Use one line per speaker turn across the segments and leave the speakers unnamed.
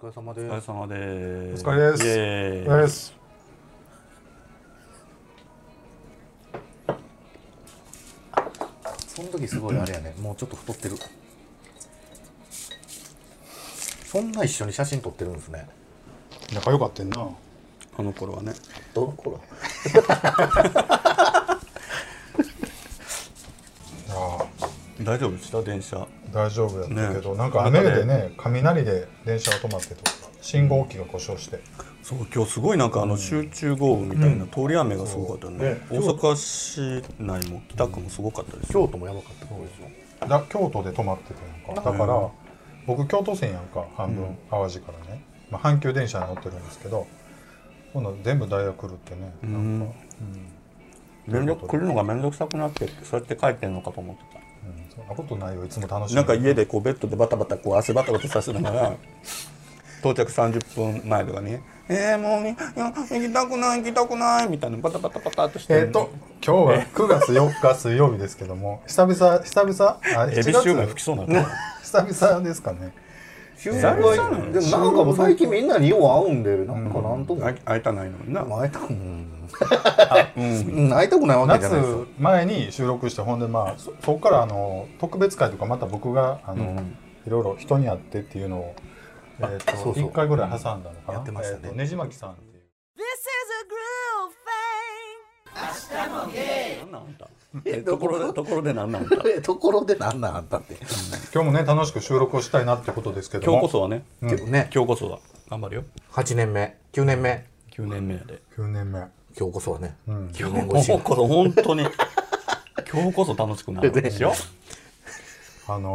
疲れ様で
お疲れ
す。
様です。
お疲れです
イエ
お
ーイ
願いします
その時すごいあれやね、もうちょっと太ってる。そんな一緒に写真撮ってるんですね。
仲良かったんな
あの頃はね。
どの頃
あ
大丈夫でした電車。
大丈夫やったけど、
ね
なんか雨でね雷で電車が止まってとか信号機が故障して
そう今日すごいなんかあの集中豪雨みたいな通り雨がすごかったね。
そう
大阪市内も北区もすごかったですよ。
京都もやばかったとこですよ。
だ京都で泊まっててなんかだから僕京都線やんか半分、淡路からね、まあ、阪急電車に乗ってるんですけど今度全部大学来るってねなんか、
面倒来るのが面倒くさくなってそうやって帰ってんのかと思って
うんそんなことないよいつも楽しみ
た。なんか家でこうベッドでバタバタこう汗バタバタさせながら到着30分前とかに「えー、もうみいや行きたくない行きたくない」みたいなバタバタバタっとして
えっ、と今日は9月4日水曜日ですけども久々久々あ
エビシューマイ吹きそうになった。
久々ですかね
収
え
録
ー
はでもなんかもう最近みんなによう会うんで、なんかなんとも。
あ会いたないのにな。
会いたくうん うん会いたくないわけじゃないですよ
夏。前に収録してほんでまあそそこからあの特別会とかまた僕があの、いろいろ人に会ってっていうのを、えー、と
そうそう
1回ぐらい挟んだのかな
やってましたね
えーとねじまきさんっていう
This is a groove thing.
なんなんあんた。えところでところでなんなんあんた。
えところでなんなんあったって。
今日もね楽しく収録をしたいなってことですけど
今
も
日こそはね。
けどね、
今日こそは頑張るよ。
8年目、9年目、
9年目やで。
9年目
今日こそはね、9年
今
越
日
し。
こそ本当 に。今日こそ楽しくなるでしょ。
あの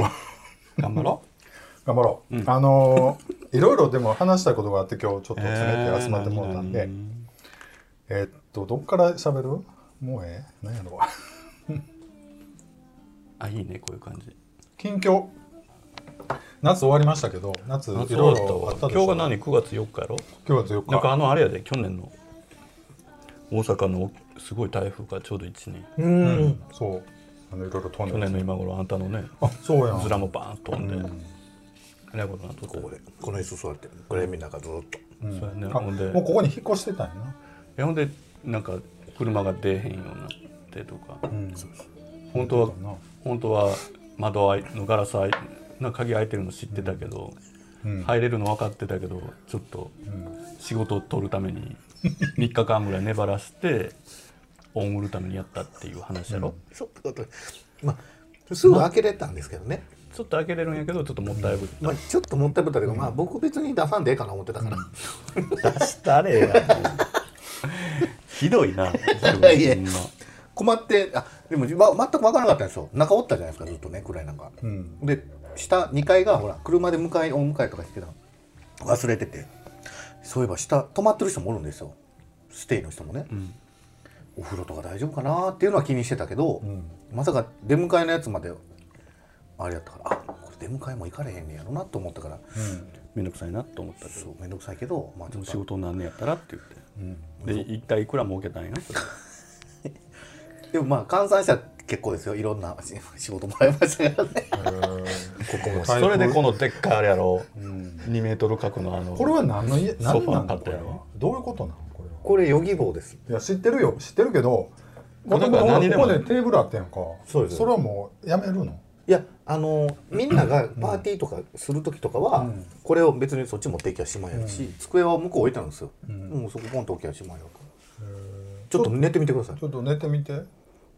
頑張ろ
頑張ろう、あのいろいろでも話したいことがあって今日ちょっと詰め
えー
て集まってもらったんで、えーっとどっから喋るもうええ何やろう
う。あいいねこういう感じ。
近況夏終わりましたけど夏いろいろあっ
今
たで
日
しょ
が何9月4日やろ。
今日が4日
なんかあのあれやで去年の大阪のすごい台風からちょうど1年。
うん。
そうあのいろいろ飛ん
去
で
年の今頃あんたのね。
あそうやん
ズラもバーンと飛んで。えらいことになっとった
ここで、この椅子座って、これみんながずっと。
そうやね。
あ
ほんで。
もうここに引っ越してたんやな
えほんでなんか車が出えへんようになってとか、本当は
そうだな
本当は窓開いのガラス開いなんか鍵開いてるの知ってたけど、入れるの分かってたけどちょっと仕事を取るために3日間ぐらい粘らせて恩売るためにやったっていう話やろ、
ちょっと、まあ、すぐ開けれたんですけどね。
ちょっと開けれるんやけどちょっともったいぶっ
まあ、ちょっともったいぶったけど、まあ、僕別に出さんでええかな思ってたから。
た、出したれやひ どいな
いや
ほんま
困って、あ、でも、ま、全く分からなかったんですよ。中おったじゃないですか、ずっとね、暗い中。
ん
で、下、2階が、ほら、車で迎え、お迎えとかしてたの。忘れてて。そういえば、下、泊まってる人もおるんですよ。ステイの人もね。お風呂とか大丈夫かなっていうのは気にしてたけど、まさか出迎えのやつまで、あれやったから、あ、これ出迎えも行かれへんねやろなと思ったから、
めんどくさいなと思ったけど
そう、めんどくさいけど、まあ、ち
で
ょっ
も
と
仕事になんねやったらって言って、で一体いくら儲けたんやそれ
でもまあ換算したら結構ですよいろんな 仕仕事もらいましたからね
ここも
それでこのでっかいあれやろ、2メートル角のあの
これは何の家
ソ
何
ファ
な
ー
ん
買
だ
った
こ
や
れ
ろ
はどういうことなのこれは
これヨギ棒です
いや知ってるよ知ってるけど
こ
こ
れ
こ
なんか何でも
こでテーブルあったやんか
そうです
それはもうやめるの
いやあのみんながパーティーとかする時とかは、これを別にそっち持っていきゃしまいやし、机は向こう置いてあるんですよ、もうそこポンと置きゃしまいやちょっと寝てみてください
ちょっと寝てみて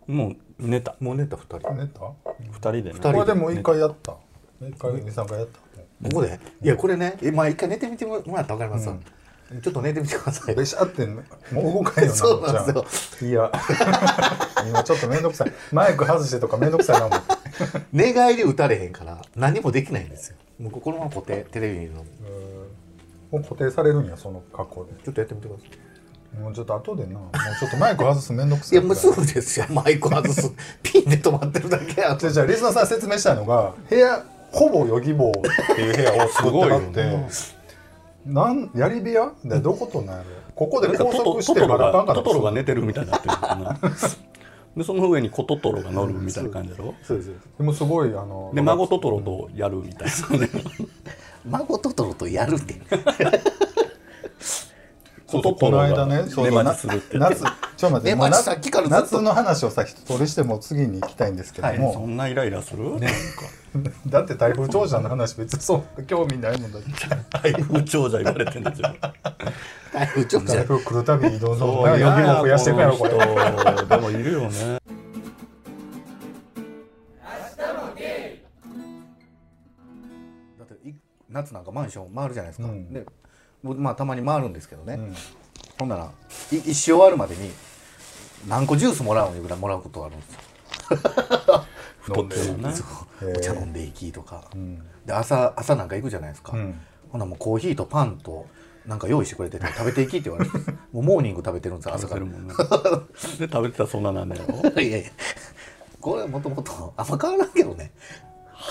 もう寝た
もう寝た2人こ
寝たこ
2人でね
人
れでも一回やった一回二三回やった
こでいやこれねえまあ一回寝てみてもらったら分かります、ちょっと寝てみてくだ さい
べしゃってんのもう動かへんよ な
そうなんですよ
すよいや 今ちょっと面倒くさいマイク外してとか面倒くさいな思って
寝返り打たれへんから何もできないんですよもうここのまま固定テレビにの
もう固定されるんやその格好で
ちょっとやってみてください
もうちょっと後でな、もうちょっとマイク外すのめんどく
い
さい
やもうすぐですよマイク外 すピンで止まってるだけや
じゃあじゃあリスナーさん説明したいのが、部屋ほぼヨギ棒っていう部屋を作ってあって、なんやり部屋でどういうことなんやろ。ここで
なんか
拘
トト
束し
ト
て
トロ
バラカン
が
か
トトロが寝てるみたいになってるな でその上に子トトロが乗るみたいな感じだろ
そうです
でもすごいあの
で孫トトロとやるみたいなね
孫トトロとやるって
そうそうこの間ねそうそう
目待ちするって
夏ちょっと待って
目待ち
もう
さっきからずっと
夏の話をさ一通りしてもう次に行きたいんですけども、
そんなイライラする、ね、
だって台風長者の話別にそう興味ないもんだって
台風長者言われてん ですよ
台風ちょっと
台風来るたびにどんどん
そう
予
嫌
備
や
も増やしてくやろこれ
この人でもいるよね
だってい夏なんかマンション回るじゃないですか、
うん
で僕まあたまに回るんですけどね、
うん
ほんならい一周終わるまでに何個ジュースもらうのいうぐらいもらうことがあるんですよ、
太ってるね
へえ
お茶飲んでいきとか、
ん
で朝朝なんか行くじゃないですか、
うん
ほんならもうコーヒーとパンとなんか用意してくれてて食べていきって言わ れてもうモーニング食べてるんですよ朝
食
か
べ
ら
るもんねで食べてたらそんななんだよ
いやいやこれはもともとあんま変わらんけどね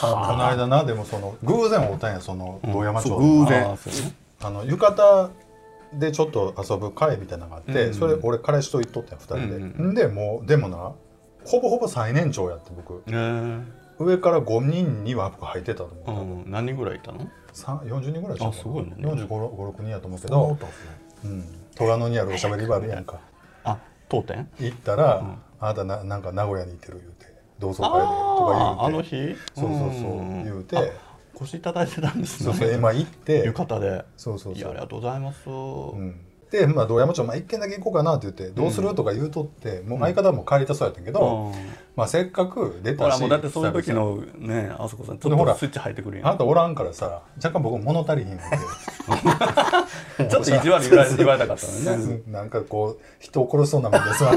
変わ
この間なでもその偶然会うたんやその堂山
そ
町の、
う偶然
あーそうね
あの浴衣でちょっと遊ぶ会みたいなのがあって、
うん
それ俺彼氏と行っとったん2人で、
うん
んでもうでもなほぼほぼ最年長やって僕
えー
上から5人には僕入ってたと思
う
う、
ん、何人ぐらいいたの
さん40人ぐらいでしょ
あすごいね
456人やと思うけ
らん
ど
かったですね
うん虎野にあるおしゃべりバーあるやんか
あ当店
行ったら、あなたななんか名古屋にいてる言うて同窓会でと
あー
か
あ
言
の
うて
日
そうそうそうん言うて
あ腰いただいてたんですね
そうそう今行って
浴衣で
そうそうそう
いやありがとうございます、
うんで、まあ、堂山町、まあ、一軒だけ行こうかなって言って「どうする?」とか言うとって、もう相方も帰りたそうやったんけど、
うん
まあ、せっかく出
ほ
た
ら
し
もうだってそういう時
久々
のねあそこさんちょ
で
っ
ほ
と
ら
スイッチ入ってくる
あ
や
なんたおらんからさ若干僕物足りひんわ
ちょっと意地悪言われ言われたかったのね
けなんかこう人を殺しそうなもんでさ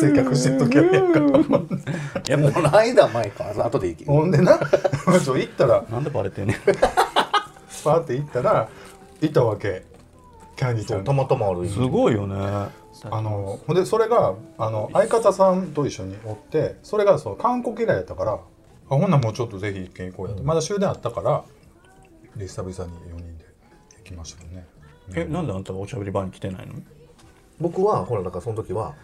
接客してる時あるやんか
いやもうこの間前か後で行き
ほんでな ちょ行ったら
なんでバレてんねん
スパーって行ったらいたわけキャンディちゃん
た
と
またまある
すごいよね
あのほんでそれがあの相方さんと一緒におってそれがその韓国以来やったからあほんならもうちょっとぜひ一軒行こうやと、まだ終電あったからで久々に4人で行きましたよね
えなんであんたおしゃべり場に来てないの
僕はほらだからその時は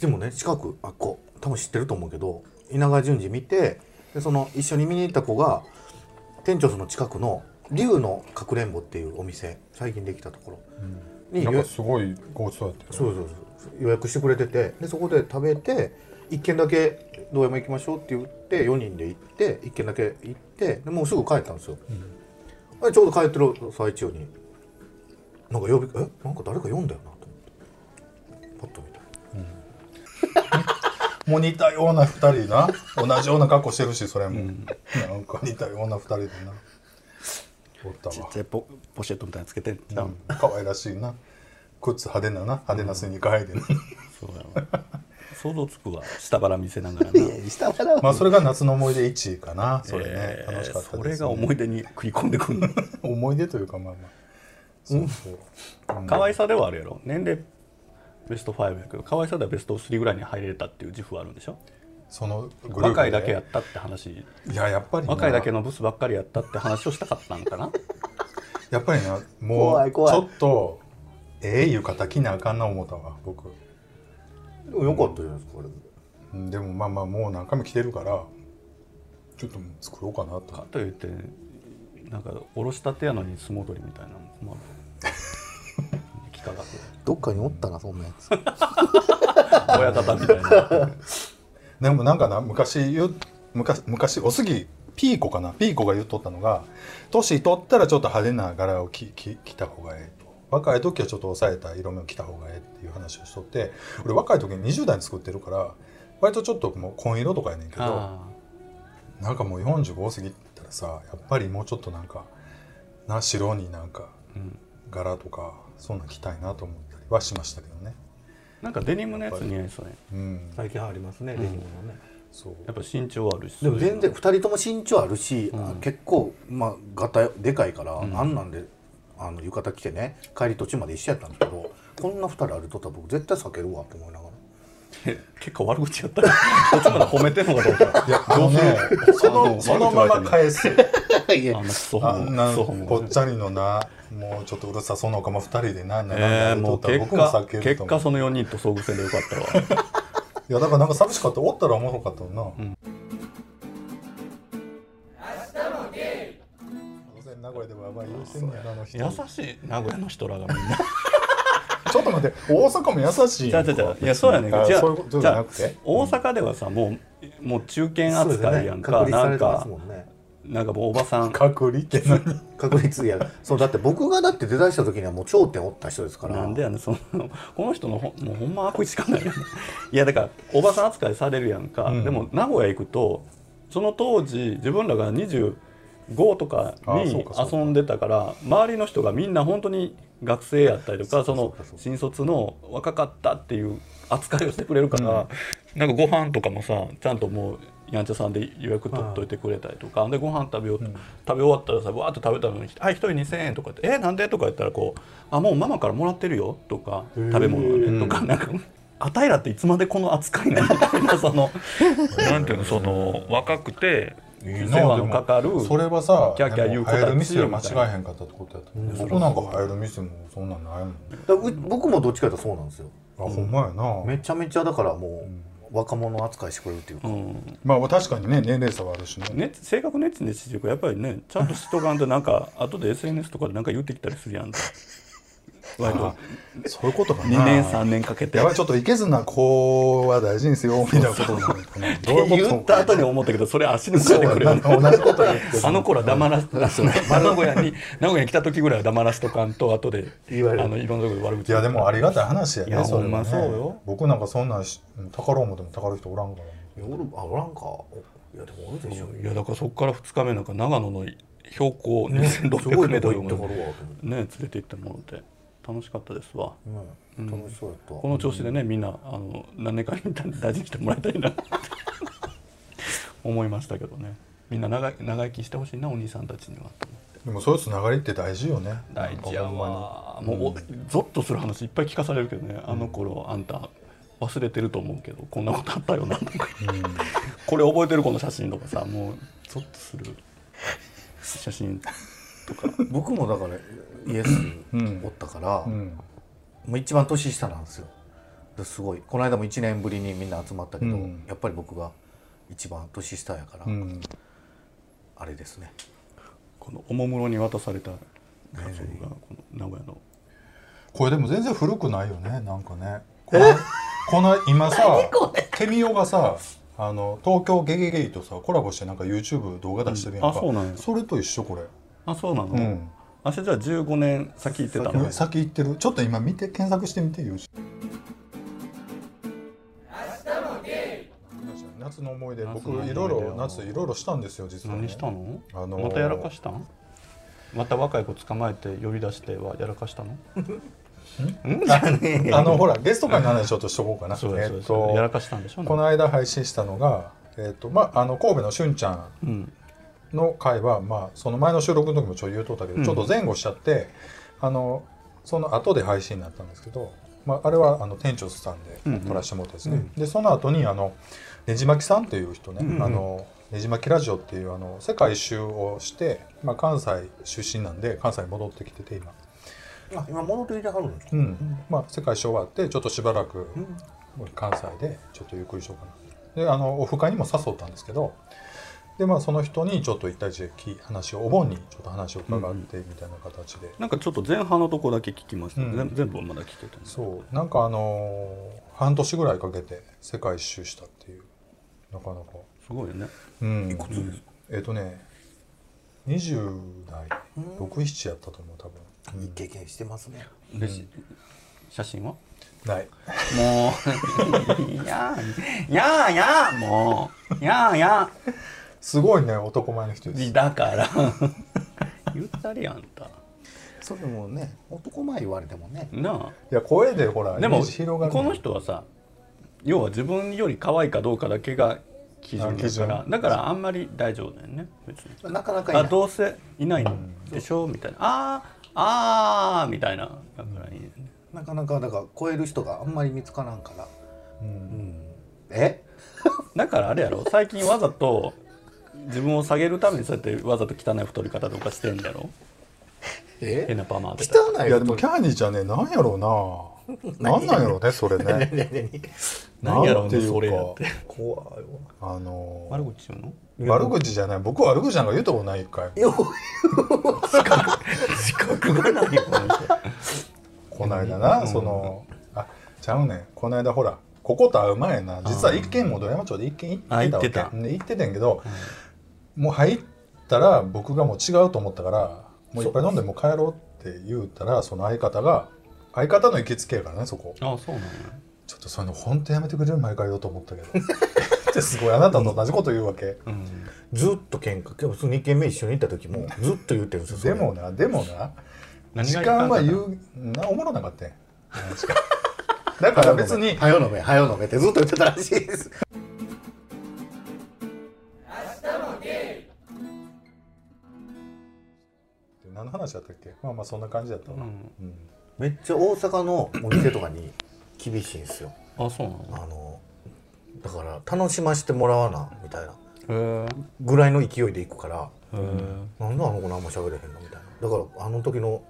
でもね近くあこう多分知ってると思うけど稲川淳二見てでその一緒に見に行った子が店長さんの近くの龍のかくれんぼっていうお店最近できたところに、
なん
よ
かすごいごちそうやったよ
そうそうそう予約してくれててでそこで食べて一軒だけ「どうも行きましょう」って言って4人で行って一軒だけ行ってでもうすぐ帰ったんですよ、でちょうど帰ってる最中になんか呼びえなんか誰か読んだよなと思ってパッと見た
もう似たような2人な 同じような格好してるしそれも、なんか似たような2人でなおったわ
ちゃいポポシェットみたいなのつけてんじゃん、
可愛らしいな靴派手なな派手なスニーカー履いてな
そうやわ想像つくわ下腹見せながらな
下腹は
まあそれが夏の思い出1位かなそれね、
えー
楽しかったです、ね、
それが思い出に食い込んでくるの
思い出というかまあまあそうそう、うん
可愛さではあるやろ年齢ベスト5やけど可愛さではベスト3ぐらいに入れたっていう自負はあるんでしょ
そのグループで
若いだけやったって話
いややっぱりな
若いだけのブスばっかりやったって話をしたかったんかな
やっぱりなも
怖いう
ち
怖い
ょっとええ浴衣着なあかんな思ったわ僕
でもよかったじゃないですかあれ
うんでもまあまあもう何回も着てるからちょっともう作ろうかなと
かといってなんかおろしたてやのに素戻りみたいなのも困る幾何学
どっかにおったなそんなやつ
親方みたいな
でもなんかな昔言う昔昔おすぎピーコかなピーコが言っとったのが年取ったらちょっと派手な柄を着着着た方がええと若い時はちょっと抑えた色目を着た方がええっていう話をしとって俺若い時に20代に作ってるから割とちょっともう紺色とかやねんけど
あ
なんかもう45過ぎたらさやっぱりもうちょっとなんかな白になんか
ー、うん、
柄とかそんなん着たいなと思ったりはしましたけどね
なんかデニムのやつ似合いそうね
うん
最近ありますねデニムのね、
そう
やっぱ身長あるし
でも全然2人とも身長あるし、結構まあガタでかいから、あんなんであの浴衣着てね帰り途中まで一緒やったんですけどこんな2人歩いとったら僕絶対避けるわと思いながら
結構悪口やったらこっちまで褒めてんのかどう か
いやあのねそのそのまま返す
い
あ
や
んなクソ
あ
ホ
ん
モ
な
クソホモ
ぽっちゃりのなもうちょっとうるさそうなおかま2人でな並ん
え
だ
ー、
り
も
と
う
ったら
結
僕も
果
避けると
結
思
果
う
その4人と遭遇戦でよか ったわ
いやだからなんか寂しかったおったらおもろかったのな、どうせ名古屋でもまあ言うてんねやなあの人
優しい名古屋の人らがみんな
ちょっと待って大阪も優しい
じゃ
の
あ
か
じゃあじゃあいやそうやねんけど
あ
じゃあ
そういうことじ
じ
ゃ
ゃ
な
あ
くて
大阪ではさもうもう中堅
そうですよ
扱い
ね
やんか、
確立さ
な
れ
ん
てます
か
もんね
なんかもうおばさん
隔離って何
確立やそうだって僕がだって出だした時にはもう頂点おった人ですから
なんでやねんそのこの人のほんもうほんま悪意しかないやんいやだからおばさん扱いされるやんか、
うん
でも名古屋行くとその当時自分らが25とか
あそう
に
かそうか
遊んでたから周りの人がみんな本当に学生やったりとかその新卒の若かったっていう扱いをしてくれるから、なんかご飯とかもさちゃんともうやんちゃさんで予約取っといてくれたりとかでご飯食べよう、食べ終わったらさわーって食べたのに「あ一人2,000円」とか言って「えなんで?」とか言ったらこう「あもうママからもらってるよ」とか「食べ物ね」とかなんか。あたいらっていつまでこの扱いなのみたいなそのなんていうのその若くて
いい
世話
で
の
も
かかる
それはさ
キャーキャー言う子たち
でも入る店間違えへんかったってことやと思う僕なんか入る店もそんなんないもん
だ
あ
からう僕もどっちかというとそうなんですよ
ほんまやな
めちゃめちゃだからもう若者扱いしてくれるっていうか、
うん
まあ確かにね年齢差はあるしね
ね、性格熱心ですしやっぱりねちゃんとしとかんとなんか 後で SNS とかでなんか言ってきたりするやんか割と
そういうことかな
2年3年かけて
やばいちょっといけずな子は大事にせよみたいなことになるかなどうい う
言っ
こ
た後に思ったけどそれ足抜かれてくれる
と同じこと言って
あの頃は黙らせて、名古屋に名古屋に来た時ぐらいは黙らせとかんと後で
言われる
あのいろんなところで悪口
いやでもありがたい話やね
いや
それはね
ほんまそうよ
僕なんかそんなんし宝物でも宝人おらんから
いやおるあおらんかおいやでもおるでしょ
いやだからそこから2日目なんか長野の標高
ねすごい
2600メ
と
ート
こ
ル
行ってはるわ、
ね連れて行ってもらって楽しかったですわ
うん、楽しそうやった、
この調子でねみんなあの何年かに大事にして もらいたいな思いましたけどねみんな長い長生きしてほしいなお兄さんたちにはと思って
でもそういうつながりって大事よね
大事や
ほんま
わもうおゾッとする話いっぱい聞かされるけどねあの頃あんた忘れてると思うけどこんなことあったよなとか
にうん
これ覚えてるこの写真とかさもうゾッとする写真とか
僕もだからイエスおったから、
うん
もう一番年下なんですよですごいこの間も1年ぶりにみんな集まったけど、
うん
やっぱり僕が一番年下やから、
うん
あれですね
このおもむろに渡された画像がこの名古屋の
これでも全然古くないよねなんかねこのこの 今さケミオがさあの東京ゲゲゲイとさコラボしてなんか YouTube 動画出してるやんか、
うんあそうなんや
それと一緒これ、
あそうなの、
うん
あそれじゃあ15年先行ってたの
うん先行ってるちょっと今見て検索してみて YouTube 夏の思い出
夏
僕
の思い
い
出
ろいろ夏いろいろしたんですよ実は、ね、
何したの、
あのー
またやらかしたんまた若い子捕まえて呼び出してはやらかした の
あのほらゲスト会の話ちょっとしとこうか な
そう
え
で
っ
すそうです、
と
やらかしたんでしょ
この間配信したのが、えっとまあ、あの神戸のしゅんちゃん
うん
の回は、まあ、その前の収録の時もちょい言うとったけど、
うん
ちょっと前後しちゃってあのその後で配信になったんですけど、まあ、あれはあの店長さん
うんう
で
ん
撮らせてもらったんですね、でその後にあのねじまきさんという人ね、あのねじまきラジオっていうあの世界一周をして、まあ、関西出身なんで関西に戻ってきてて今、
あ今戻ってきてはるんですか
うんまあ、世界一周終わってちょっとしばらく関西でちょっとゆっくりしようかなであのオフ会にも誘ったんですけどでまあその人にちょっと一対一で聞い話をお盆にちょっと話を伺ってみたいな形で、
なんかちょっと前半のとこだけ聞きました、
うん
全全部はまだ聞けてない
そうなんかあのー半年ぐらいかけて世界一周したっていうなかなか
すごいよね
うん
いくつですか
えっ、とね20代67やったと思う多分
いい経験してますね
で、し写真は
ない
もう やーやーやーもうやーや
すごいね男前の人です
ーだから 言ったりやんた
それもね男前言われてもね
なあ
いや声でほら
でも
イメージ広がるね
この人はさ要は自分より可愛いかどうかだけが基準だから
あ基準
だからあんまり大丈夫だよね別に
なかなかいな
あ
い
どうせいないんでしょみたいなあーあーみたいなだからいいよね
なかなかだから超える人があんまり見つからんから
うん
え
だからあれやろ最近わざと自分を下げるためにそうやってわざと汚い太り方とかしてんだろ変
え
なパーマ当てた
汚
り
い
いやでもキャーニーちゃんねなんやろ うななんなんやろうねそれね
何やろう
なんて
ね
いうか
それやって
怖いわ
あの
悪口言うの
悪口じゃない僕は悪口なんか言うとこない一回も
よ
資格がないこの人
こないだな、そのあちゃうねんこないだほらここと会う前な実は一軒もど山町で一軒行ってた
あ行っ
わけ
てた
で行っててんけど、もう入ったら僕がもう違うと思ったからもういっぱい飲んでもう帰ろうって言うたらその相方が相方の行きつけやからねそこ
あそうなんや
ちょっとそういうの本当やめてくれる毎回だと思ったけど ってすごいあなたと同じこと言うわけ、
うん
ずっと喧嘩今日その2軒目一緒に行った時もずっと言ってるんですよそ
で
れ
もなでもな
何
時
がいか
間
んか
は
った
言
の
うなおもろなかったやん だから
早
別に
はよ飲めはよ飲めってずっと言ってたらしいです
何の話だったっけまあまあそんな感じだったわ、
うん
うん
めっちゃ大阪のお店とかに厳しいんですよ
あそう
あのだから楽しませてもらわなみたいな
なのへ
ぐらいの勢いで行くから
えへ
なんであの子何も喋れへんのみたいなだからあの時の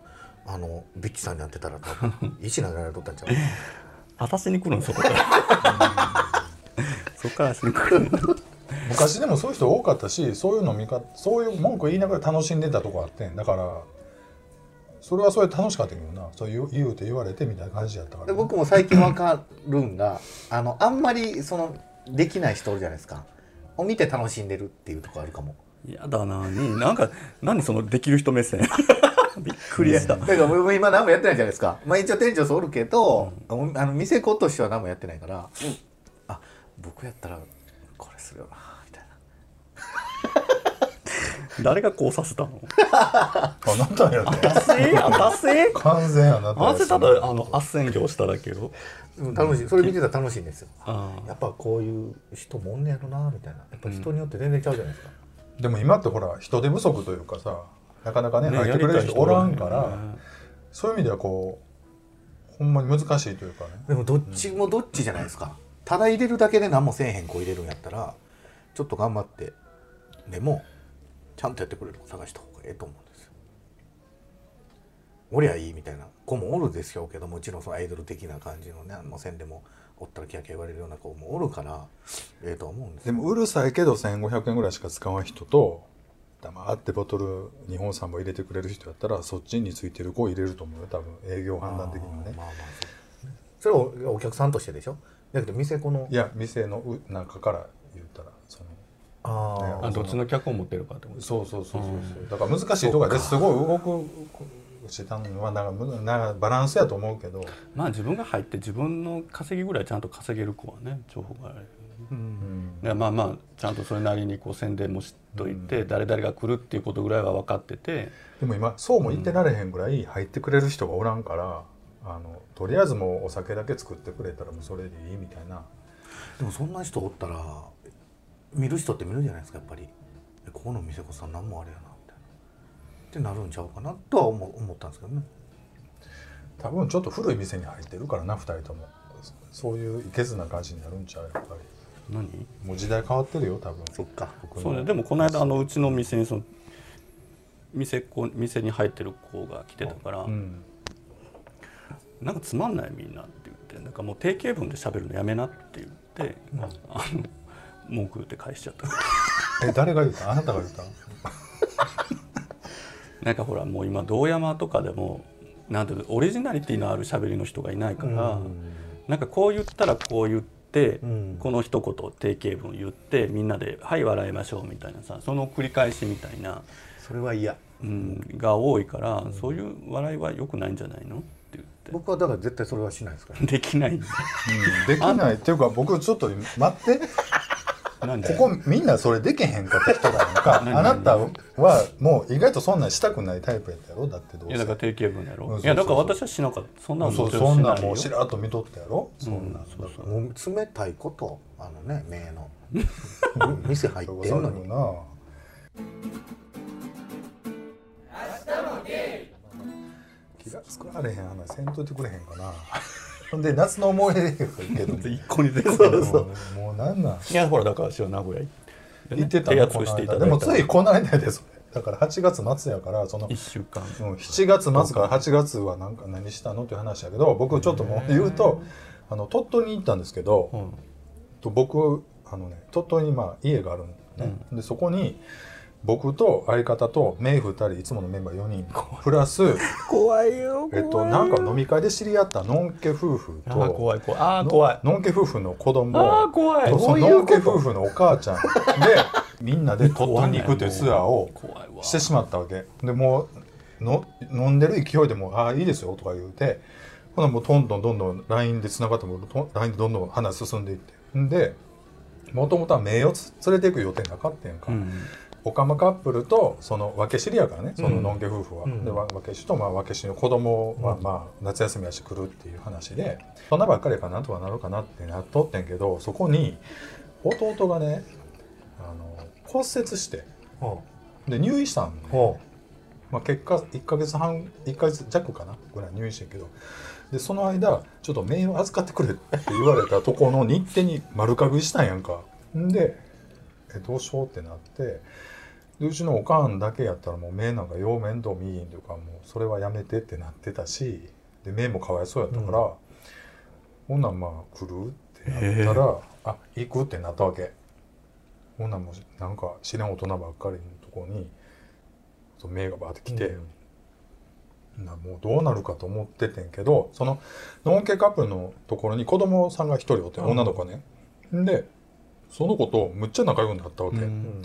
あのビッチさんにやってたら多分石投げられとったんちゃう
え私に来るのそ こからそこから私に来るの
昔でもそういう人多かったしそういう飲み方そういう文句言いながら楽しんでたとこあってんだからそれはそれで楽しかったけどなそう言う言うて言われてみたいな感じやったから、
で僕も最近わかるんがあのあんまりそのできない人おるじゃないですかを見て楽しんでるっていうところあるかも
やだなになんか何そのできる人目 線びっくりした
だからもう今何もやってないじゃないですか、まあ、一応店長そうおるけど、あの店子としては何もやってないから、あ僕やったらこれするよなみたいな
誰がこうさせたの
あなたやった
達成やん達成
完全あなた
あ
や
んたただあの斡旋業しただけよ
うん楽しいそれ見てたら楽しいんですよ
あ
やっぱこういう人もおんねやろなみたいなやっぱ人によって全然ちゃうじゃないですか、
でも今ってほら人手不足というかさなかなか
あ
ね入ってくれる人おらんから、そういう意味ではこうほんまに難しいというかね
でもどっちもどっちじゃないですか、ただ入れるだけで何もせえへん子入れるんやったらちょっと頑張ってでもちゃんとやってくれる子探した方がええと思うんですよ。おりゃいいみたいな子もおるでしょうけどもちろんそのアイドル的な感じのねあの線でもおったらキャーキャー言われるような子もおるからええとは思うんです
で
よ。
もうるさいけど1500円ぐらいしか使わん人と黙ってボトル2本3本入れてくれる人やったらそっちについてる子を入れると思うよ多分営業判断的にはね
まあまあそうそれをお客さんとしてでしょじゃなくて店子の
いや店のう中から言ったらその
あ
あどっちの客を持ってるかってこと
そうそうそうそうそうだから難しいとこやですごい動くしたのはなんかむなんかバランスやと思うけど
まあ自分が入って自分の稼ぎぐらいちゃんと稼げる子はね情報がある
うん
いやまあまあちゃんとそれなりにこう宣伝もしといて、誰々が来るっていうことぐらいは分かってて
でも今そうも言ってられへんぐらい入ってくれる人がおらんからあのとりあえずもうお酒だけ作ってくれたらもうそれでいいみたいな
でもそんな人おったら見る人って見るじゃないですかやっぱりえここの店子さん何もあれやなみたいなってなるんちゃうかなとは思思ったんですけどね
多分ちょっと古い店に入ってるからな2人ともそそういういけずな感じになるんちゃうやっぱり
何
もう時代変わってるよ多分
っか
僕
そうね
の
でもこの間あのうちの店にその店っ子店に入ってる子が来てたから、
うん
なんかつまんないみんなって言ってなんかもう定型文で喋るのやめなって言って、あの文句言って返しちゃった
え誰が言ったあなたが言った
なんかほらもう今堂山とかでもなんていうのオリジナリティのある喋りの人がいないから、なんかこう言ったらこう言って、
ん
この一言定型文言ってみんなで「はい笑いましょう」みたいなさその繰り返しみたいな、
それは嫌
うん、が多いから、そういう笑いは良くないんじゃないのって言っ
僕はだから絶対それはしないですから
てできない んだ
うんできないっていうか僕ちょっと待って
なん
こ
で
こみんなそれできへんかった人だなん かあなたはもう意外とそんなんしたくないタイプやったやろだってどう
いやだから
せ
定型文やろ、
うんそうそうそう
いやだから私はしなかったそんなの
そ
も
う
ち
そ
ろん
ん
し
な
なんいよ
もうしらっと見とったやろそんなん
そうそう
もう冷たいことあのね目 のうん店入ってんのに
な気が作られへん話せんといてくれへんかな ほんで夏の思い出やけど
一個に出て
そうそうもうなんなん
いやほらだから私は名古屋行ってね
言ってた
手
の
厚くしてい
こ
た
の間
だ
で
い
も
た
ついこの間やでそれだから8月末やからその
1週間
うん、7月末から8月はなんか何したのっていう話やけど僕ちょっともう言うとあの鳥取に行ったんですけど、
うん
と僕あのね鳥取にまあ家があるんね、でそこに僕と相方とメイ2人いつものメンバー4人プラス、
怖いよ
えっと、なんか飲み会で知り合ったのんけ夫婦
あー
と
怖い怖いあー怖い
のんけ夫婦の子供
あー怖い
とそ
どう
の
い
の
うんこ
け
と
夫婦のお母ちゃんでみんなで鳥取に行くというツアーを
怖いわ
してしまったわけでもうの飲んでる勢いでもう「ああいいですよ」とか言うてほなもうどんどんどんどん LINE でつながってもと LINE でどんどん話進んでいってんでもともとは名誉つ連れていく予定なかったやんか、
うん
オカマカップルとその分け知りやからねそののんけ夫婦は、
うん
でわ分け師とまあ分け師の子供はまあ夏休みやし来るっていう話でそんなばっかりやからなんとかなるかなってなっとってんけどそこに弟がねあの骨折して
ほ
で入院したんね
うほ
まあ、結果1ヶ月半1ヶ月弱かなぐらい入院してんけどでその間ちょっとメール預かってくれって言われたとこの日程に丸かぶりしたんやんかんでえどうしようってなってでうちのおかんだけやったらもう目なんかよう面倒見いいんというかもうそれはやめてってなってたしで目もかわいそうやったから、ほんなんまあ来るってなったら、あ行くってなったわけほんなんもうなんか知らん大人ばっかりのとこにその目がバーって来て、なもうどうなるかと思っててんけどそのノンケカップルのところに子供さんが一人おって、女の子ねでその子とむっちゃ仲良くなったわけ、
う
ううんん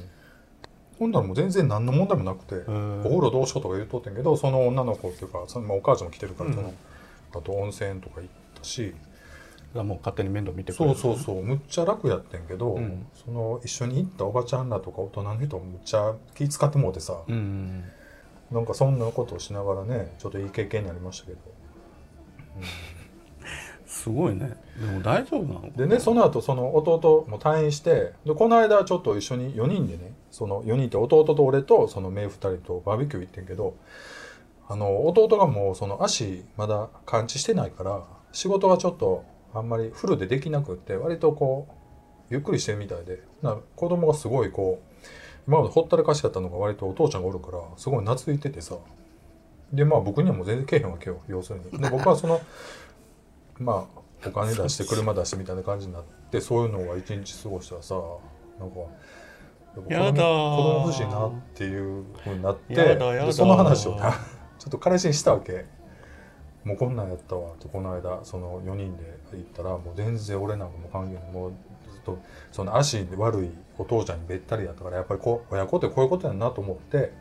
ほんならもう全然何の問題もなくて、
ん
お風呂どうしようとか言うとってんけどその女の子っていうかその、まあ、お母ちゃんも来てるからその、あと温泉とか行ったし
がもう勝手に面倒見てくれ
そ
る
うそうそうむっちゃ楽やってんけど、
うん
その一緒に行ったおばちゃんらとか大人の人もむっちゃ気使ってもうてさ、
うん
なんかそんなことをしながらねちょっといい経験になりましたけど
すごいねでも大丈夫なの
でねその後その弟も退院してでこの間ちょっと一緒に4人でねその4人って弟と俺とその姪2人とバーベキュー行ってんけどあの弟がもうその足まだ完治してないから仕事がちょっとあんまりフルでできなくって割とこうゆっくりしてるみたいでな子供がすごいこう今までほったらかしだったのが割とお父ちゃんがおるからすごい懐いててさでまあ僕にはもう全然けえへんわけよ要するに。で僕はその まあお金出して車出してみたいな感じになってそういうのが一日過ごしたらさなんか
やだー
子供欲しいなっていうふうになって
やだやだ
でその話をな ちょっと彼氏にしたわけもうこんなんやったわとこの間その4人で行ったらもう全然俺なんかもう関係ないもうずっとその足悪いお父ちゃんにべったりやったからやっぱりこう親子ってこういうことやんなと思って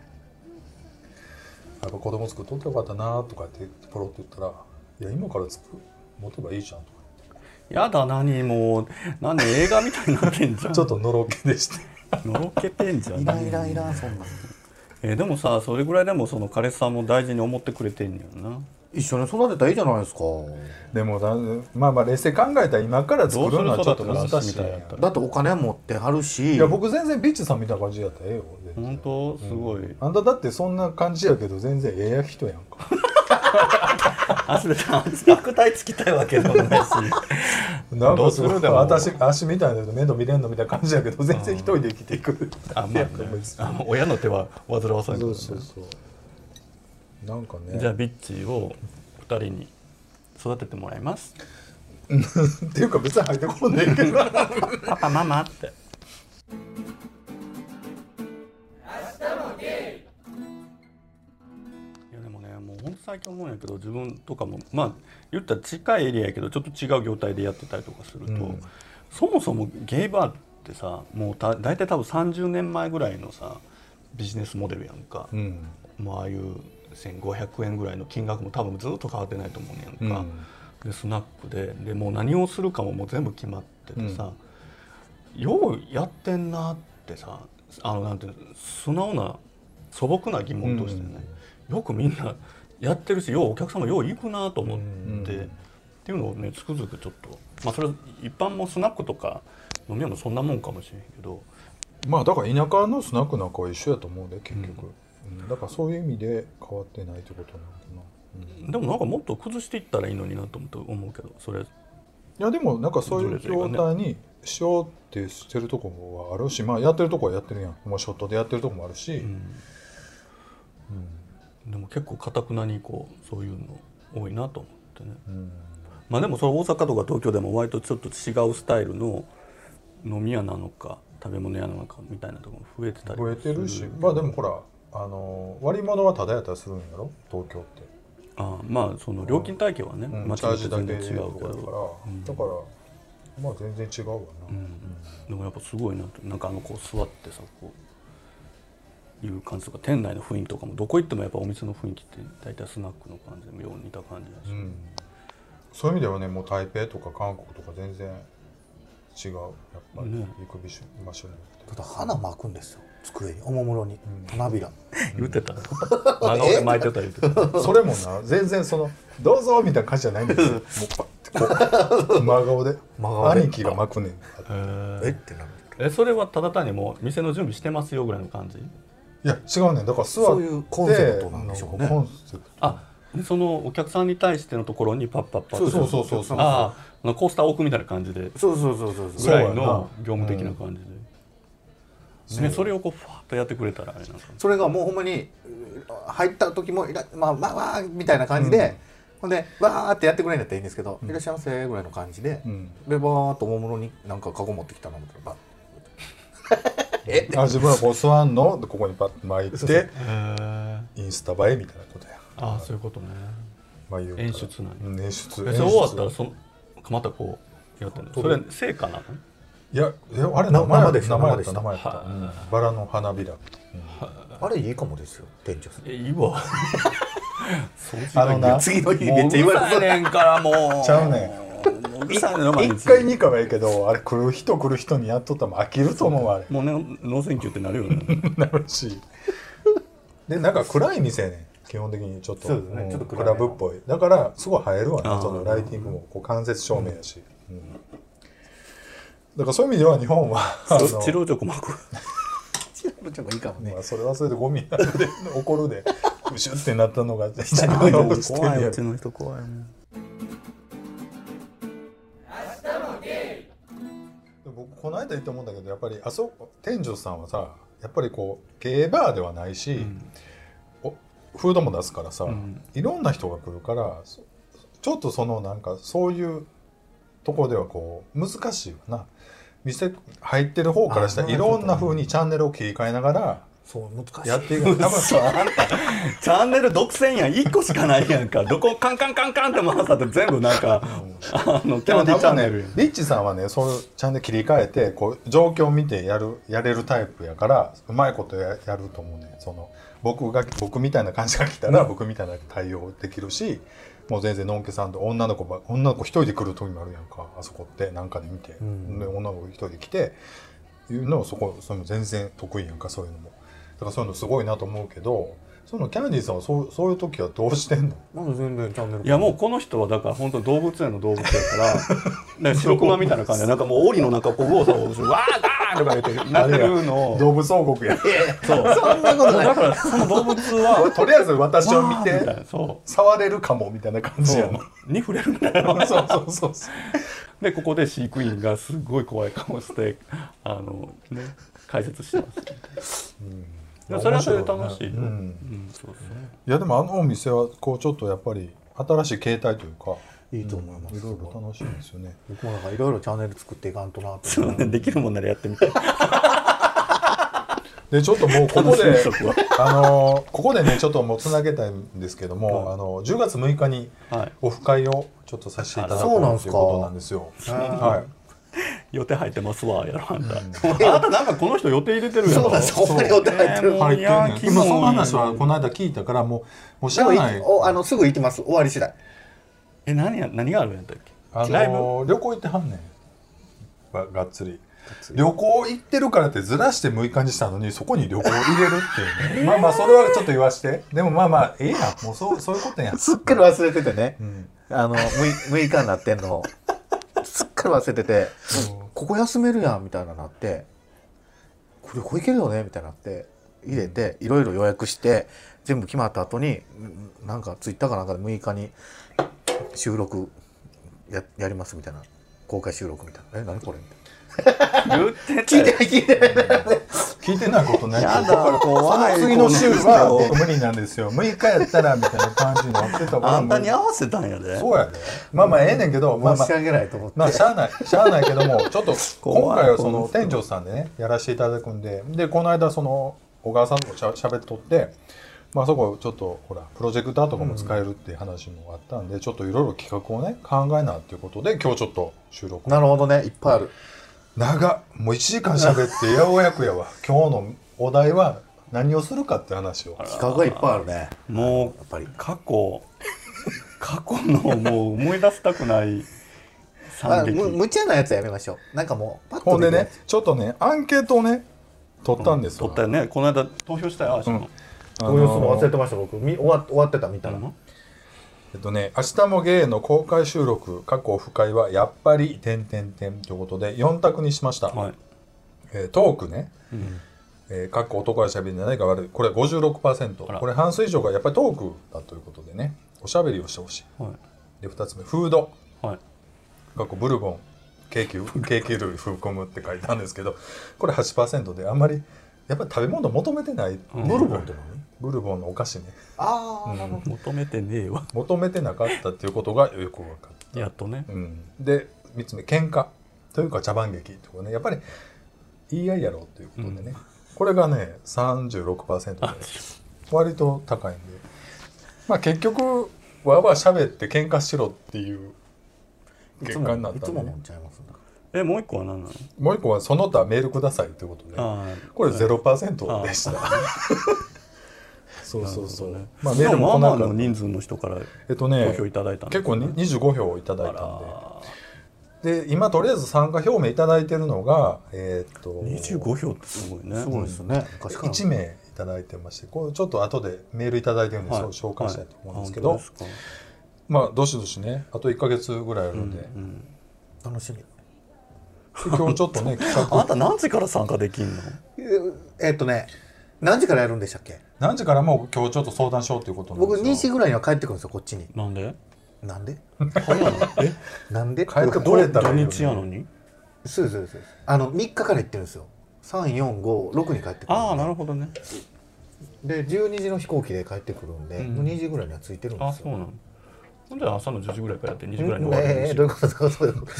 やっぱ子供作っとってよかったなとかってポロって言ったら「いや今から作る持てばいいじゃん」とか
やだ何もう何映画みたいになってんじゃん
ちょっとのろけでして
のろけてんじゃ
うんいらんいらんいらんそんなん
えーでもさそれぐらいでもその彼氏さんも大事に思ってくれてんねやな
一緒に育てたらいいじゃないですか
でもだまあまあ冷静に考えたら今から作るのはちょっと難しい
どうする育ての話みたいやった
だってお金持ってはるし
いや僕全然ビッチさんみたいな感じやったらええよ全然
本当す ごい
あんただってそんな感じやけど全然ええや人やんか
アスレさん虐待つきたいわけでもないし
なん
どう
か
す
す
る
ごい
でも
私足みたいなの面倒見れんのみたいな感じやけど全然一人で生きていく
あまあ、ね、あの親の手は煩わさないか
そ
ら
う
ね
そうそうなんかね
じゃあビッチを二人に育ててもらいます
っていうか別に入ってこんねん けど
パパママっていやでもねもうほんと最近思うんやけど自分とかもまあ言ったら近いエリアやけどちょっと違う業態でやってたりとかすると、
うん
そもそもゲイバーってさもうた大体多分30年前ぐらいのさビジネスモデルやんか、
うん
もうああいう1,500円ぐらいの金額も多分ずっと変わってないと思うねんか、でスナックででもう何をするかももう全部決まっててさ、ようやってんなってさあのなんていうの素直な素朴な疑問としてね、よくみんなやってるしようお客様よう行くなと思って、
うん
っていうのをねつくづくちょっとまあそれは一般もスナックとか飲み屋もそんなもんかもしれんけど
まあだから田舎のスナックなんかは一緒やと思うで結局、うんだからそういう意味で変わってないってことなのかな、うん
でもなんかもっと崩していったらいいのになと思うと思うけどそれ
いやでもなんかそういう状態にしようってしてるとこもあるし、まあやってるとこはやってるやんもうショットでやってるとこもあるし、
でも結構かたくなにこうそういうの多いなと思ってね、
ん
まあでもそれ大阪とか東京でも割とちょっと違うスタイルの飲み屋なのか食べ物屋の中みたいなところも増えてたり
増えてるしまあでもほらあの割り物はただやったりするんやろ東京って、
ああまあその料金体系はね、
うん、
街
チャ
によっ
ー
て
ジだ
全
け
然違
でと
うけ
かだから、
ど、
だからまあ全然違うわな、
でもやっぱすごいなとなんかあのこう座ってさこういう感じとか店内の雰囲気とかもどこ行ってもやっぱお店の雰囲気って大体スナックの感じでよう似た感じだし、
うんそういう意味ではねもう台北とか韓国とか全然違うやっぱり、
ね
行く場所場所によって
ちょっと花巻くんですよ机におもむろに花びら、
言 ってた真顔で巻いてた言ってた
それもな全然その「どうぞ」みたいな感じじゃないんですよもうパッてこう真顔で
真顔で
兄貴が巻くねん
えってなる
えそれはただ単にもう店の準備してますよぐらいの感じ
いや違うねんだから座って
そういうコンセプトなんでしょうね
コンセプト
あそのお客さんに対してのところにパッパッパッ
そう
そうそうそうそう
あああのコースター置くみたいな感じで
そうそうそうそう
ぐ
そう
らい
そうやな
の業務的な感じでそ,、ね、それをこうファーッとやってくれたらあれなんか
それがもうほんまにう入った時もいらまあまあわあみたいな感じで、ほんでわーってやってくれるんだったらいいんですけど、いらっしゃいませぐらいの感じで、
うん
でわーっとおもむろになんかカゴ持ってきたな思ったらバッ
あ自分はこう座んのでここにパッて巻いて
へ
インスタ映えみたいなことや
ああそういうことね
まあ言うたら
演出なんや
うん演出
え
演
そ
出
れ終わったらそのまたこうやってんのそれ成果なの
いやえあれ
な
名前や
生でした
名前やっ
生で
た
した
名前やった
は
うんバラの花びら
あれいいかもですよ店長さん
えいいわ掃除
あのな
次の日めっちゃ言われ
もううるさいねんからもう
ちゃ うね
もううるさいねん毎日
一回二回はいいけどあれ来る人来る人にやっとったらもう飽きると思うわあれ
もうね脳選球ってなるよね
なるしでなんか暗い店やねん基本的にちょっと
そうですね
ん
ちょっと暗
ク
い
ラブっぽいだからすごい映えるわ
あー
ねそのライティングもこう間接照明やし、うんだからそういう意味では日本はあ の
治療直膜
チロルちゃんもいいかもね
まあ、それはそれでゴミなんで怒るで クシュってなったのが一番
怖
残してるや
い
ろ
うちの人怖いもん
僕この間言ったもんだけどやっぱりあそこ店長さんはさやっぱりこうゲーバーではないし、おフードも出すからさ、
ん
いろんな人が来るからそちょっとそのなんかそういうとこではこう難しいよな店入ってる方からしたら
あ
いろんな風にチャンネルを切り替えながら
そう難しい
やっていく多分さ
チャンネル独占やん1個しかないやんかどこカンカンカンカンって回さって全部なんかあのキ
で
ャ
も
ンディ
多
ーチャ
分
ンネ
ね
ルやん
リッチさんはねそういうチャンネル切り替えてこう状況を見てやるやれるタイプやからうまいことややると思うねその僕が僕みたいな感じが来たら僕みたいな対応できるしもう全然のんけさんと女の子ば女の子一人で来る時もあるやんかあそこってなんかで見て、
ん
で女の子一人で来ていうのをそこそれも全然得意やんかそういうのもだからそういうのすごいなと思うけどそのキャンディーさんはそうそういう時はどうしてんの
まだ全然チャンネル
いやもうこの人はだから本当動物園の動物やから なんか白熊みたいな感じでなんかもう檻の中をこうゴーサゴーするわーガーとか言ってなってるのを
動物王国や
そう そんな ことないだからその動物は
とりあえず私を
わ
見
ー
て
みたいなそ
触れるかもみたいな感
う
じ
そ
や
う
もん。
に触れるみたいな
そうそうそうそ
でここで飼育員がすごい怖い顔してあのね解説してます
う。
でもそれはそれで楽しいよ、
う
うん
ん、
そうそう
いやでもあのお店はこうちょっとやっぱり新しい形態というか
いいと思います、
いろいろ楽しいですよね。
僕もなんかいろいろチャンネル作っていかんとなって
そうね、できるもんならやって みたい。
でちょっともうここで
楽しみ そこ
あのーここでねちょっともうつなげたいんですけども、あの10月6日に
はい
オフ会をちょっとさせていただ
あらそうなん
こう
す
とい
か
うことなんですよ。はい。
予定入ってますわ、やろ、あんた。あなたなんかこの人予定入れてるや
そ
ろ
うなんですほんまにお互いやってる
ねもう
入ってんね
いや
んでもその
キモい
話はこの間聞いたからもうもう知
で
ら
もい
ない。
おあのすぐ行きます終わり次第
え、何や、何があるんやったっけ。
あ
ライブ。
のー旅行行ってはんねんががっつり旅行行ってるからってずらして6日にしたのにそこに旅行入れるっ ていうねまあまあそれはちょっと言わしてでもまあまあええやんもうそうそういうことやん、
すっかり忘れててね、
ん
あの 6, 日になってんのすっかり忘れてて、ここ休めるやんみたいななってこれここ行けるよねみたいになって入れていろいろ予約して全部決まった後にんなんかツイッターかなんかで6日に収録ややりますみたいな公開収録みたいな「え何これ?」みたいな
言ってた
聞い
よ
てない聞いてない
聞いてないことないけど
や
だから
だ怖い
その次の週
こ
は
の
無理なんですよ6日やったらみたいな感じになってたから
あんたに合わせたんやで
そうやでまあまあええねんけど、まあ
申
まあ
し訳ないと思って、
まあしゃあないしゃあないけどもちょっと今回はそ
怖
の
い
店長さんでねやらせていただくんででこの間その小川さんともしゃしゃべっとって、まあ、そこちょっとほらプロジェクターとかも使えるっていう話もあったんで、ちょっといろいろ企画をね考えなっていうことで今日ちょっと収録
なるほどねいっぱいある
長っもう1時間しゃべってようやくやわ今日のお題は何をするかって話を
企画がいっぱいあるね
もう
やっぱり
過去 過去のもう思い出したくない
あ
惨劇
む無茶なやつはやめましょうなんかもうパッと
ほんで
きるや
ね
つ
ちょっとねアンケートをね取ったんですよ、
取ったよねこの間投票したよあその、
あの
ご様子も忘れてました僕み終わ終わってた見たら、
えっとね、明日もゲイの公開収録、過去オフ会はやっぱり、てんてんてんということで、4択にしました。
はい
えートークね、えーかっこ男はしゃべりじゃないか悪い。これ56%。
あら
これ半数以上がやっぱりトークだということでね、おしゃべりをしてほしい。
は
で、2つ目、フード。
いはい
過去ブルボン、ケーキ、ケーキ類含むって書いたんですけど、これ8%で、あんまり、やっぱり食べ物求めてない。
うん
ブルボンって何
ブルボンのお菓子ね、
ああ、なるほ
求めてねえわ
求めてなかったっていうことがよく分かった。
やっとね
うん、で3つ目喧嘩というか茶番劇とかねやっぱり言い合いやろうということでね、これがね36%で割と高いんでまあ結局わーわー喋って喧嘩しろっていう
どい
結
つ
果
も
になっ
い
た
つ
ん
も
で、
飲ん
ね、
じゃいますんだ
えもう一個は何なの
もう一個はその他メールくださいということで
ああ
これ0%で したそうそうそう、まあメール
で
も
も
来
まあ
な
まあの
かった
人数の人から
えっ
投
とね
票いただいたんで
結構に25票をいただい
あ
たんで
ら
で今とりあえず参加表明いただいてるのがえーっと
25票ってすごいね
すごいですね、昔から
1名いただいてましてこれちょっと後でメールいただいてるんで、
はい
そう紹介したいと思うんですけど、
はいあ本当です
まあどしどしねあと1か月ぐらいあるんで、
楽しみ
今日ちょっと ね企
かあ
画
んた何時から参加できんの
えーっとね何時からやるんでしたっけ
何時からもう今日ちょっと相談しようということなん
僕
ですよ
2時ぐらいには帰ってくるんですよこっちに
なんで
なんで
早いのえ
なんで
帰って
僕
これたらいいよ
土
ね
日やのに
そうですそうですそうですあの3日から行ってるんですよ3456に帰ってくる
ああなるほどね
で12時の飛行機で帰ってくるんで、
うん
もう2時ぐらいには着いてるん
あ
です
そうな
よ
のほんで朝の10時ぐらいからやって2時ぐらいに
ん
終わるん
え
で
ー
し
どう
ょ
いうことどういうことどういうこと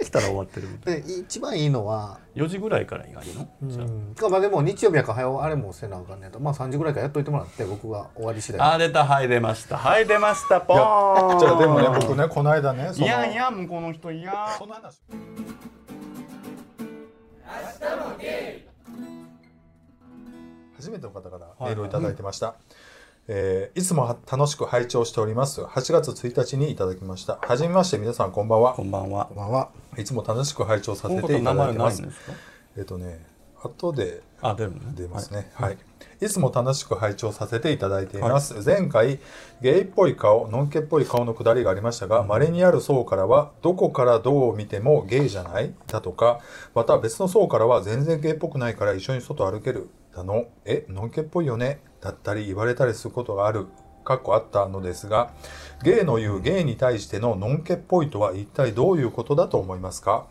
来たら終わってるみたい
で一番いいのは
4時ぐらいから以外のじゃ
うん、かまあでも日曜日やから早うあれもせなあかんねんとまあ3時ぐらいからやっといてもらって僕が終わり次第
ああー出たはい出ましたはい出ましたポ
いや
ー ン
じゃあでもね僕ねこの間ねそ
い
の
やいや向こうの人いや
その話初めての方からメールをいただいてました、えーいつもは楽しく拝聴しております8月1日にいただきましたはじめまして皆さんこんばんは
こんばんは
こんばんはい
つも楽しく拝聴さ
この
せ
こ
て
と
いた
名
だい
前
て
な
ま
いん
す
ですか
えっとね後で
あ出るのね
出ますね。はい。いつも楽しく拝聴させていただいています。前回、ゲイっぽい顔、ノンケっぽい顔のくだりがありましたが、稀にある層からは、どこからどう見てもゲイじゃないだとか、また別の層からは、全然ゲイっぽくないから一緒に外歩けるだの、え、ノンケっぽいよねだったり言われたりすることがある。かっこあったのですが、ゲイの言うゲイに対してのノンケっぽいとは一体どういうことだと思いますか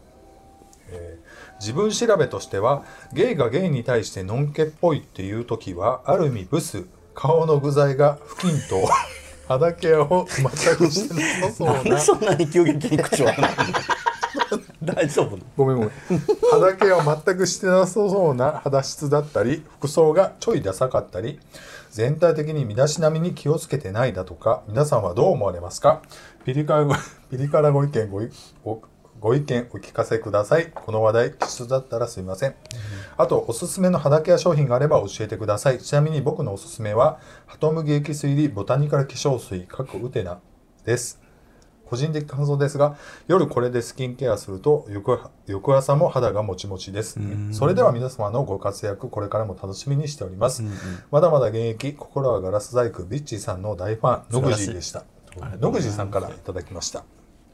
えー自分調べとしてはゲイがゲイに対してノンケっぽいっていう時はある意味ブス顔の具材が布巾 と肌ケアを全くしてなさそう
なんで
な
そんなに急激に口を開くの 大丈夫なの
ごめんごめん肌ケアを全くしてなさそうな肌質だったり服装がちょいダサかったり全体的に身だしなみに気をつけてないだとか皆さんはどう思われますかピリカご ピリ辛ご意見ごいごご意見お聞かせくださいこの話題気質だったらすいません、あとおすすめの肌ケア商品があれば教えてくださいちなみに僕のおすすめはハトムギエキス入りボタニカル化粧水かっこウテナです個人的感想ですが夜これでスキンケアすると翌翌朝も肌がもちもちですそれでは皆様のご活躍これからも楽しみにしております、まだまだ現役心はガラス細工ビッチーさんの大ファンノグジーでしたノグジーさんからいただきましたあ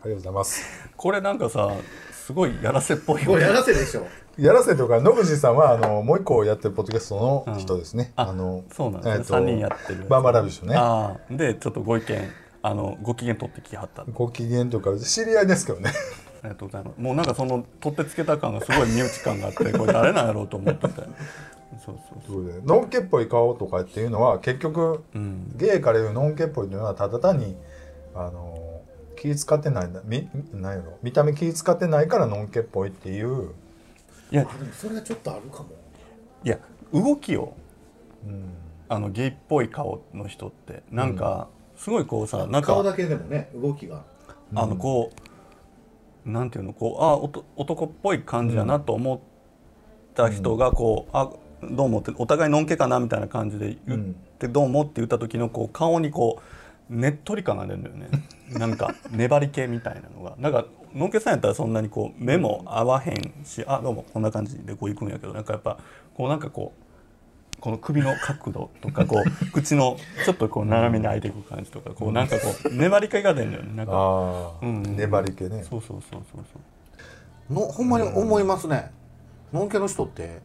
りがとうございます
これなんかさすごいやらせっぽいよ
これ
ね
やらせでしょ
やらせというかノグジーさんはあのもう一個やってるポッドキャストの人ですね、
あ
の
そうなんですね
と
三人やってる
バーバラビッシュね
ああでちょっとご意見あのご機嫌取ってきはった
ご機嫌というか知り合いですけどね
ありがとうございます。もうなんかその取ってつけた感がすごい身内感があって、これ誰なんやろうと思ってて。そうそうそう。
そうだよねのんけっぽい顔とかっていうのは結局、
うん。
ゲイから言うのんけっぽいのはただ単にあの気使ってないんだみなんやろ見た目気使ってないからのんけっぽいっていう、
いや
あでもそれはちょっとあるかも
いや動きを
うん、
あのゲイっぽい顔の人ってなんか、すごいこうさなん
顔
か
だけでもね動きが
あのこう、なんていうのこうあおと男っぽい感じだなと思った人がこう、あどうもってお互いのんけかなみたいな感じで言って、どうもって言った時のこう顔にこうねっとり感が出るんだよね なんか粘り気みたいなのがなんかのんけさんやったらそんなにこう目も合わへんし、あどうもこんな感じでこう行くんやけどなんかやっぱこうなんかこう。この首の角度とかこう口のちょっとこう斜めに開いていく感じとかこうなんかこう粘り気が出るんだよねなんか
ああ、
うん
粘り気ね
そうそうそうそうそう。
のほんまに思いますね、のんけの人って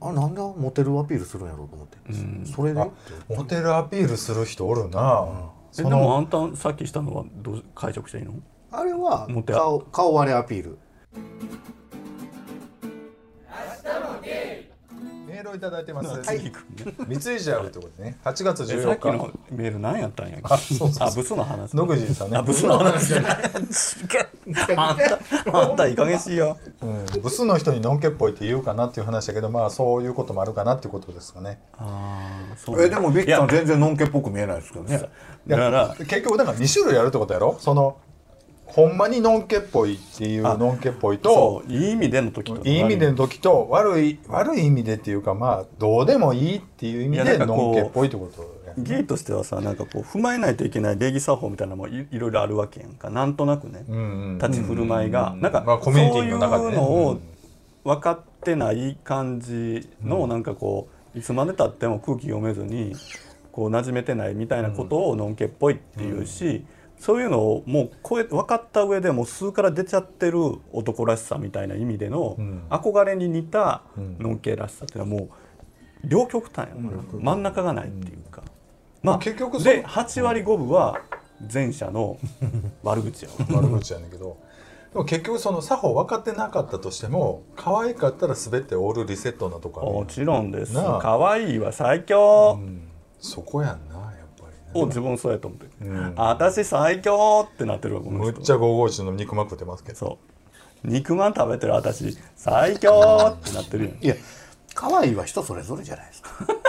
あれなんでモテるアピールするんやろうと思って、
うん
それで
あモテるアピールする人おるな、
え
そ
で
の
もあんたさっきしたのはどう解釈していいの？
あれは
モテ
顔顔割れアピール
メールをいただいてます、
次行くね。
三井社あるってことね8月
えさ
14
っきの
日
メール何やったんやっけ？
あそうそうそう
あブスの話。
野口さんね
あブスの話じゃない。違うあんたあんたいい加減しいよ。
うん、ブスの人にのんけっぽいって言うかなっていう話だけどまあそういうこともあるかなっていうことですかね
ああそう。
えでもミッキーさん
い
全然のんけっぽく見えないですけどね
やだから
結局だから2種類あるってことやろそのほんまにのんけっぽいっていうのんけっぽい
そ
と
ういい意味での時と
いい意味での時と悪い悪い意味でっていうかまあどうでもいいっていう意味
いや
で
なんかこ
の
うん
けっぽいってことや
ゲイとしてはさなんかこう踏まえないといけない礼儀作法みたいなのもいいろいろあるわけやんかなんとなくね、
うんうん
立ち振る舞いが、なんか、
まあコミュニティの中で
そうい
ね
うのを分かってない感じの、なんかこういつまでたっても空気読めずにこう馴染めてないみたいなことをのんけっぽいっていうし、そういうのをもう超え分かった上でもう数から出ちゃってる男らしさみたいな意味での、
うん
憧れに似た
うん
のんけらしさっていうのはもう両極端やもんな、真ん中がないっていうか。まあ、
結局その
で8割5分は前者 の悪口やわ
悪口やねんけどでも結局その作法分かってなかったとしても可愛かったら全てオールリセットなとか
もちろんです。
なあ
可愛いは最強
そこやんなやっぱり
を
ね
自分そうやと思って。
うん
あ私最強ってなってるわこの
むっ
人。
ちゃ551の肉まん食ってますけど
そう。肉まん食べてる私最強ってなってるやん。
いや可愛いは人それぞれじゃないです か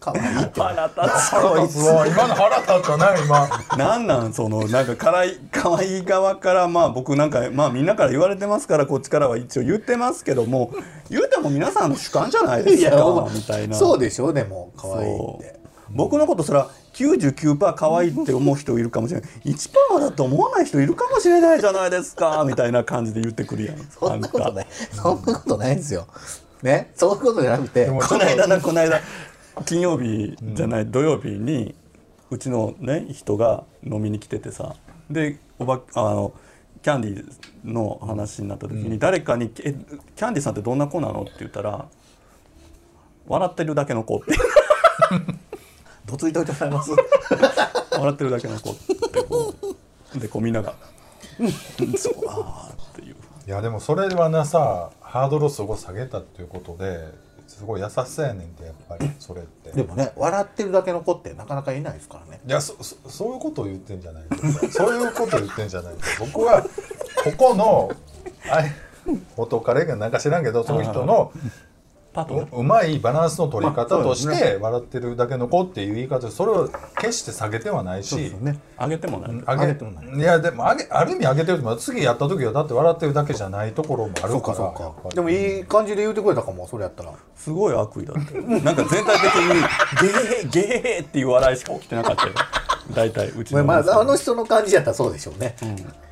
可愛いって
腹立
腹立つわ今の腹立ったな今
つ。なんなんそのなんかからい可愛い側からまあ僕なんかまあみんなから言われてますからこっちからは一応言ってますけども言うても皆さんの主観じゃないです
お
か
前
みたいな。
そうでしょでも可愛いっ
そう
て
僕のことすら99%可愛いって思う人いるかもしれない1%だと思わない人いるかもしれないじゃないですかみたいな感じで言ってくるやん
そんなことな
あ
いそんなことないですよねそういうことじゃなくて
でも
たこの間なこの間金曜日じゃない、土曜日にうちのね人が飲みに来ててさでおばあのキャンディーの話になった時に誰かに「えキャンディーさんってどんな子なの?」って言ったら「笑ってるだけの子」って
どついておいてもらいます
笑ってるだけの子ってこうでこうみんなが「うんそうああ」っていう
いやでもそれはなさハードルをすごい下げたっていうことですごい優しさやねんってやっぱ りそれって
でもね笑ってるだけの子ってなかなかいないですからね
いやそそそういうことを言ってんじゃないですかそういうことを言ってんじゃないですか僕はここのあれ元彼がなんか知らんけどその人の
パートナー
ううまいバランスの取り方とし
まあそう
て笑ってるだけの子っていう言い方でそれを決して下げてはない
そうで
し
すよね
あげてもない、
上
上
げ
げてもない
いやでも上げある意味上げてるとも次やった時はだって笑ってるだけじゃないところもあるから
そうかそう
やっぱ
か
り
でもいい感じで言うてくれたかもそれやったら
すごい悪意だったよなんか全体的に「ゲーゲーゲー」っていう笑いしか起きてなかったよ大体うちの
ま
娘
ああの人の感じやったらそうでしょうね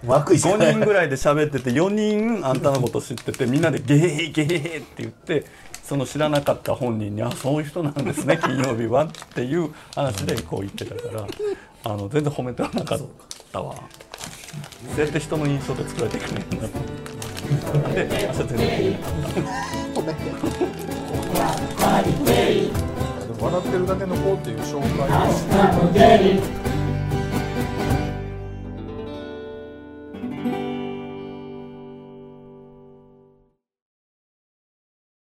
悪 いじゃ
5
ない
人ぐらいで喋ってて4人あんたのこと知っててみんなで「ゲーゲーゲー」って言ってその知らなかった本人に「あそういう人なんです ね金曜日は」っていう話でこう言ってたからあの全然褒めてはなかったわそうやって人の印象で作られていくねんなでちょっとね
でも笑ってるだけの子っていう紹介は
Hasta Pogueri,